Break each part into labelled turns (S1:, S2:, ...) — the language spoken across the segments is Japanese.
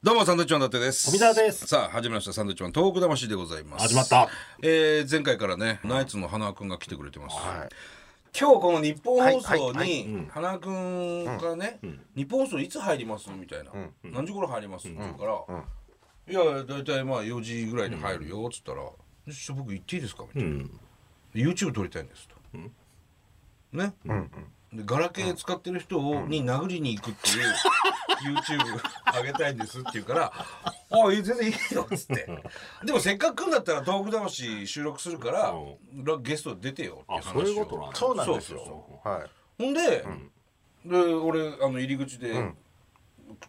S1: どうもサンドウィッチマン伊達です
S2: 富澤です
S1: さあ始めましたサンドウィッチマン東北魂でございます
S2: 始まった
S1: えー前回からねナイツの花輪くんが来てくれてます、
S2: はい
S1: 今日この日本放
S3: はい
S1: 送
S3: はいは
S1: に花輪くんがね「日本放送いつ入ります?」みたいな「何時頃入ります?」って言うから「いや大体まあ4時ぐらいに入るよ」っつったら「ちょっと僕行っていいですか?」みたいな「YouTube 撮りたいんです」と。ね、でガラケー使ってる人を、に殴りに行くっていう YouTube あげたいんですって言う から「あ全然いいよ」っつって「でもせっかく来るんだったら東北魂収録するから、ゲスト出てよ」っていう
S2: あ
S1: 話を
S2: そういうことなんだ
S3: そうなんですよ
S1: そうそう
S3: はい
S1: ほんで、で俺あの入り口で、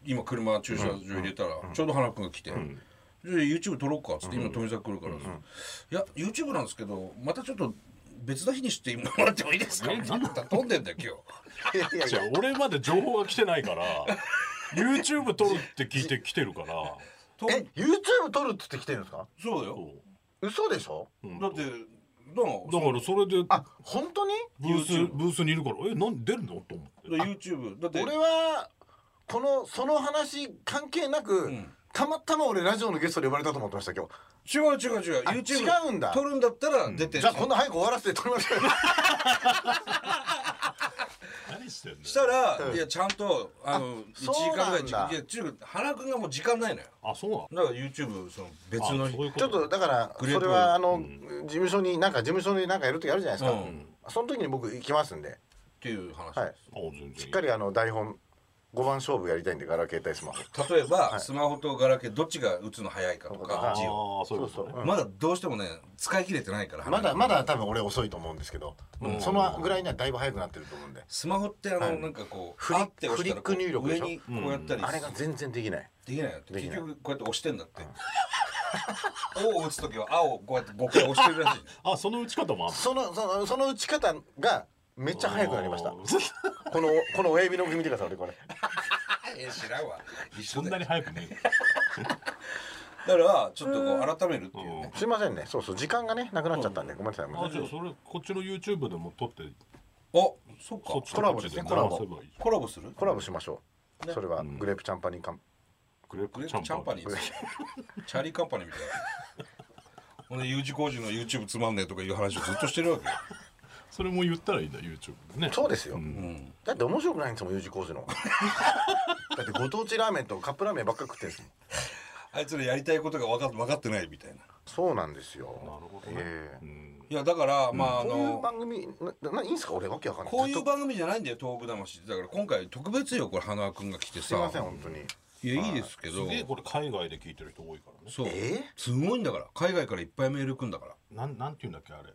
S1: 今車駐車場入れたら、ちょうど花君が来て。で YouTube 撮ろうかっつって今富澤来るから、いや YouTube なんですけどまたちょっと別の日にしてもらってもいいですか?」って言ったら飛んでんだよ今日。
S3: いやいやい
S2: じゃあ
S3: や
S2: 俺まで情報が来てないから YouTube 撮るって聞いて来てるから
S1: と
S3: え YouTube 撮るっつって来てるんですか
S1: そうだよ、
S2: そ
S3: 嘘でしょ
S1: だってどうなの
S2: うだからそれで
S3: あ本当に
S2: ブ
S1: YouTube
S2: ースブースにいるからえ何出るのと思って
S1: だから YouTube だって
S3: 俺はこのその話関係なく、
S1: ん
S3: たまたま俺ラジオのゲストで呼ばれたと思ってました今日
S1: 違う違う違う
S3: あ
S1: YouTube
S3: 違うんだ
S1: 撮るんだったら出て、
S3: じゃあこんな早く終わらせて撮りましょうよ
S2: 何してんの
S1: したら、いやちゃんとあの1時
S3: そうなんだ
S1: 間ぐらい時間いや中原君がもう時間ないのよ
S2: あそうなの
S1: だから YouTube その別の
S2: あそういうこ
S3: ちょっとだからそ
S1: レープ
S3: れはあの、事務所になんか事務所になんかやる時あるじゃないですか、
S1: うん
S3: その時に僕行きますんで
S1: っていう話
S3: はい
S1: で
S2: あ全然
S3: しっかりあの台本5番勝負やりたいんでガラケー対スマホ
S1: す、例えば、スマホとガラケーどっちが打つの早いかとか
S3: はい
S1: 字を
S2: ああそういうこと
S3: そう
S2: ね
S3: そう
S1: まだどうしてもね使い切れてないから
S3: まだ
S1: 原君
S3: まだ多分俺遅いと思うんですけど、そのぐらいにはだいぶ早くなってると思うんで、
S1: スマホってあの、
S3: はい
S1: なんかこう
S3: フリッ
S1: あって押したらこう
S3: フリック入力で
S1: 上
S3: しょ
S1: にこうやったり、
S3: あれが全然できない
S1: できないよって
S3: でき
S1: 結
S3: ない
S1: 局こうやって押してんだって青を打つ時は青をこうやって5回押してるらし い
S2: あその打ち方もあんの
S3: そのそのその打ち方がめっちゃ早くなりました
S2: あー
S3: このこの親指の組みてください俺これ
S1: え知らんわ一
S2: そ
S1: 緒
S2: ん
S1: だ
S2: な
S1: よ
S2: に早くね
S1: だからちょっとこう改めるっていうね
S3: すいませんねそうそう時間がねなくなっちゃったんでごめんなさいごめん
S2: あ
S3: な
S2: じ
S3: さ
S2: ゃ
S3: い
S2: あそれこっちの YouTube でも撮って
S1: あそっか
S2: そっち
S3: コラボですね
S2: こっち流せばいいじ
S1: コラボする
S3: コラボしましょう、
S1: ね
S3: それはグレープチャンパニーか
S2: ゃんグレー
S1: グレ
S2: プ
S1: ープ
S2: チ
S1: チ
S2: ャ
S1: ャ
S2: ン
S1: ン
S2: パ
S1: パ
S2: ニ
S1: ニ
S2: ー
S1: ーですよチャーリーカンパニーみたいなほんで U 字工事の YouTube つまんねえとかいう話をずっとしてるわけよ
S2: それも言ったらいいんだ YouTube でね
S3: そうですよ、
S1: うん
S3: だって面白くないんですもん U 字工 事のだってご当地ラーメンとカップラーメンばっか食ってるんですもん
S1: あいつらやりたいことが分か分かってないみたいな
S3: そうなんですよ
S2: なるほどね
S3: え
S2: う
S3: え
S2: ん
S1: いやだからまああ
S3: こういう
S1: の
S3: 番組なないいんですか俺わけわかんない
S1: こうい
S3: ずっ
S1: う
S3: と
S1: 番組じゃないんだよ東北魂だから今回特別よこれ花輪君が来て
S3: すいませ
S1: さ
S3: ん本当に
S1: いやいいですけ
S2: す
S1: ど
S2: げえこれ海外で聞いてる人多いからね
S1: そう
S3: え
S1: すごいんだから海外からいっぱいメール来んだから
S2: なんなんていうんだっけあれ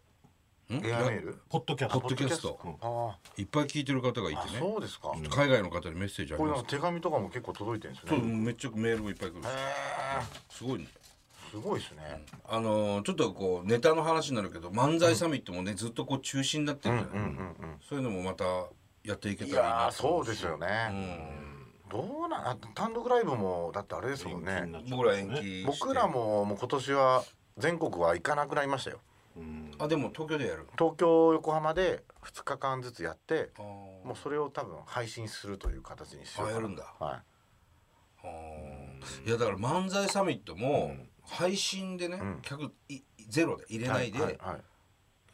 S1: ん
S3: エアメール
S2: ポッドキャス
S1: ポ
S2: ト
S1: ッドキャスト
S2: うん
S3: あ
S1: いっぱい聞いてる方がい
S3: ーあ
S1: てね
S3: そうですか、こ
S1: 海外の方にメッセージあり
S3: ういう
S1: ま
S3: の
S1: す
S3: 手紙とかも結構届いてるんです
S1: そう
S3: ね
S1: めっちゃメールもいっぱい来るし
S3: へー
S1: すごいね
S3: すごいですね、
S1: あのーちょっとこうネタの話になるけど漫才サミットもね、ずっとこう中止になってるじゃない、
S3: うんうんうん
S1: そういうのもまたやっていけ
S3: い
S1: たらいい
S3: やー
S1: なと思
S3: そうですよね、
S1: う
S3: どうなんあ単独ライブもだってあれですもん
S2: 延期になっ
S3: ね
S1: ん
S2: ちゃう
S1: 僕ら延期して
S3: 僕らももう今年は全国は行かなくなりましたよ
S2: うん
S1: あでも東京でやる
S3: 東京横浜で2日間ずつやって
S1: あ
S3: もうそれを多分配信するという形にしようかな
S1: あやるんだ
S3: はい
S1: ーいやだから漫才サミットも配信でね、
S3: うん
S1: 客いゼロで入れないで、
S3: はいはい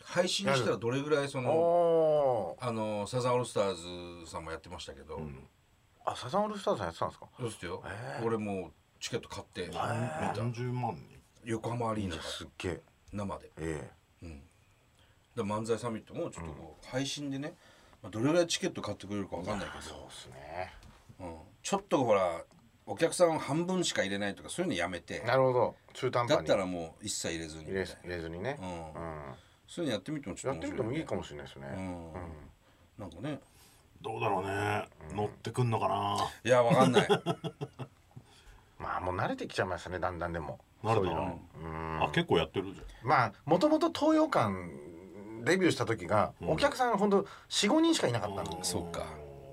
S1: 配信したらどれぐらいそ
S3: お
S1: の
S3: おー
S1: あのーサザンオールスターズさんもやってましたけど、
S2: ん
S3: あサザンオールスターズさんやってたんですか
S1: そうですよ、
S3: へー
S1: 俺もうチケット買って見た
S2: 40万人
S1: 横浜アリーナから
S3: すっげえ
S1: 生で
S3: え
S1: で漫才サミットもちょっとこう配信でね、まあ、どれぐらいチケット買ってくれるかわかんない
S3: え
S1: け
S3: そうっすね
S1: ど、うんちょっとほらお客さん半分しか入れないとかそういうのやめて
S3: なるほど中途半
S1: だ
S3: 端
S1: っ
S3: に
S1: たらもう一切入れずにみ
S3: 入
S1: た
S3: れ
S1: い
S3: ず
S1: な
S3: 入れずにね、
S1: う
S3: うんん
S1: そういうのやってみてもちょ
S3: や
S1: っ
S3: っ
S1: と
S3: てみてもいいかもしれないですね、
S1: 面白いよね、うんなんかね
S2: どうだろうね乗ってくんのかない
S1: やわかんない
S3: まあもう慣れてきちゃいましたねだんだんでも
S2: なるほ
S3: そういうの
S2: どあ結構やってるじ
S3: まあもともと東洋館デビューした時が、お客さんほんと45人しかいなかったの
S1: そうか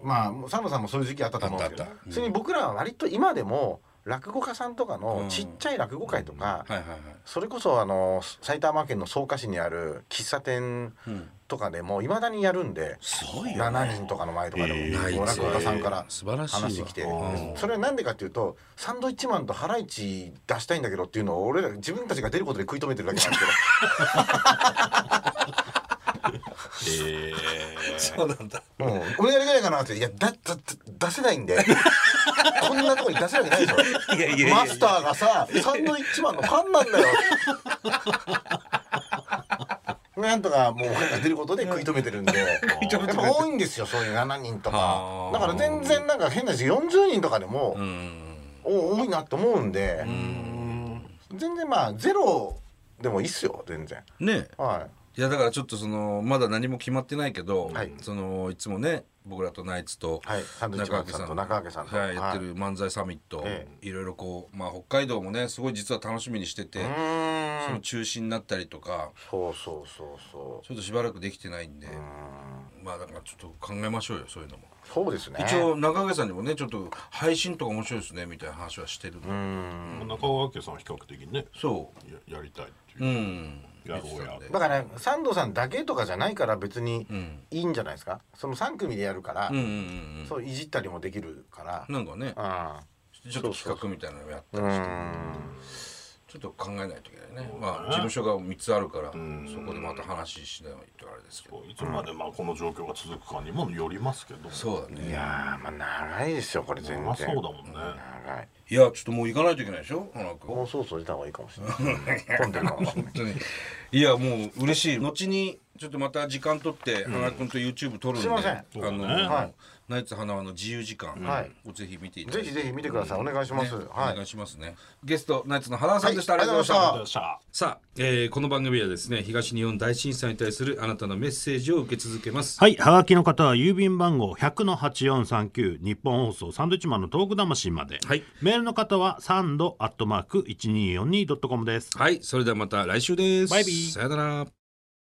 S3: まあもう佐野さんもそういう時期あったと思うんですけ
S1: あった
S3: ど
S1: あった
S3: それに僕らは割と今でも落語家さんとかの
S1: うん
S3: ちっちゃい落語会とか、
S1: はいはいはい
S3: それこそあの埼玉県の草加市にある喫茶店
S1: うん
S3: とかでもいまだにやるんで、
S1: すごいよね
S3: 7人とかの前とかでも、
S2: えー
S3: こう落語家さんから
S1: 素晴らしいわ
S3: 話してきて、
S1: うん
S3: それはなんでかっていうとサンドイッチマンとハライチ出したいんだけどっていうのを俺ら自分たちが出ることで食い止めてるだけなんですけど
S2: え
S1: そうなんだ
S3: うん、俺がやりたいかなって「いやだだだ出せないんでこんなとこに出せるわけないでしょ」
S1: いやいやいやいや
S3: マスターがさサンドイッチマンのファンなんだよ なんとかもう俺が出ることで食い止めてるんで
S1: い止めてくれてる
S3: やっぱ多いんですよそういう7人と
S1: は
S3: か
S1: あ
S3: だから全然なんか変なし40人とかでも、
S1: うん
S3: お多いなと思うんで、全然まあゼロでもいいっすよ全然
S1: ね
S3: はい
S1: やだからちょっとそのまだ何も決まってないけど、
S3: はい
S1: そのいつもね僕らとナイツと
S3: いはいサンドウィッチマンさんと中明さんと
S1: はいやってる漫才サミット、
S3: え
S1: い、ろいろこうまあ北海道もねすごい実は楽しみにしてて、
S3: いう
S1: そ
S3: ー
S1: の
S3: ん
S1: 中止になったりとか
S3: そうそうそうそ
S1: ちょっとしばらくできてないんで、
S3: ううーん
S1: まあだからちょっと考えましょうよそういうのも、
S3: そうですね
S1: 一応中上さんにもねちょっと配信とか面白いですねみたいな話はしてるの、
S3: うーん
S2: 中川家さんは比較的にね
S1: そ
S2: ややりたいって
S1: うう
S2: いうんやろうや
S3: だからサンドさんだけとかじゃないから別に
S1: うん
S3: いいんじゃないですかその3組でやるから、
S1: うんうんうん
S3: そういじったりもできるから
S1: うんなんかね
S3: あ
S1: ちょっと企画みたいなのをやっ
S3: う
S1: たりして
S3: ーん
S1: ちょっと考えないといけないねまあ事務所が3つあるから
S2: ん
S1: そこでまた話しないとあれですけど
S2: いつまでまあこの状況が続くかにもよりますけど
S1: そうだ
S3: い
S1: ね
S3: やーまあ長いですよこれ全然
S2: まあそうだもんね
S3: 長い
S1: いやちょっともう行かないといけないでしょ花君
S3: もうそろそろ出た方がいいかもし れない。混んでるかもしれな
S1: 本
S3: い。
S1: 当にいやもう嬉しい後にちょっとまた時間取って花君と YouTube 撮るん
S3: す
S1: で
S3: いません
S1: あの
S2: そうだね
S3: はい
S1: ナイツ花輪の自由時間
S3: はい
S1: をぜひ見ていただ
S3: ぜ
S1: いて
S3: ひぜひ見てください。お願いします。
S1: ね
S3: は
S1: お願い
S3: い。
S1: しますねゲストナイツの花輪さんでした、
S3: はい
S1: ありがとうございました
S3: ありがとうございました
S4: さあ、えーこの番組はですね東日本大震災に対するあなたのメッセージを受け続けます、
S5: はい、はがきの方は郵便番号100-8439日本放送サンドイッチマンのトーク魂まで、
S4: はい
S5: メールの方はサンドアットマーク 1242.com です。
S4: はい、それではまた来週です
S5: バイビー
S4: さよなら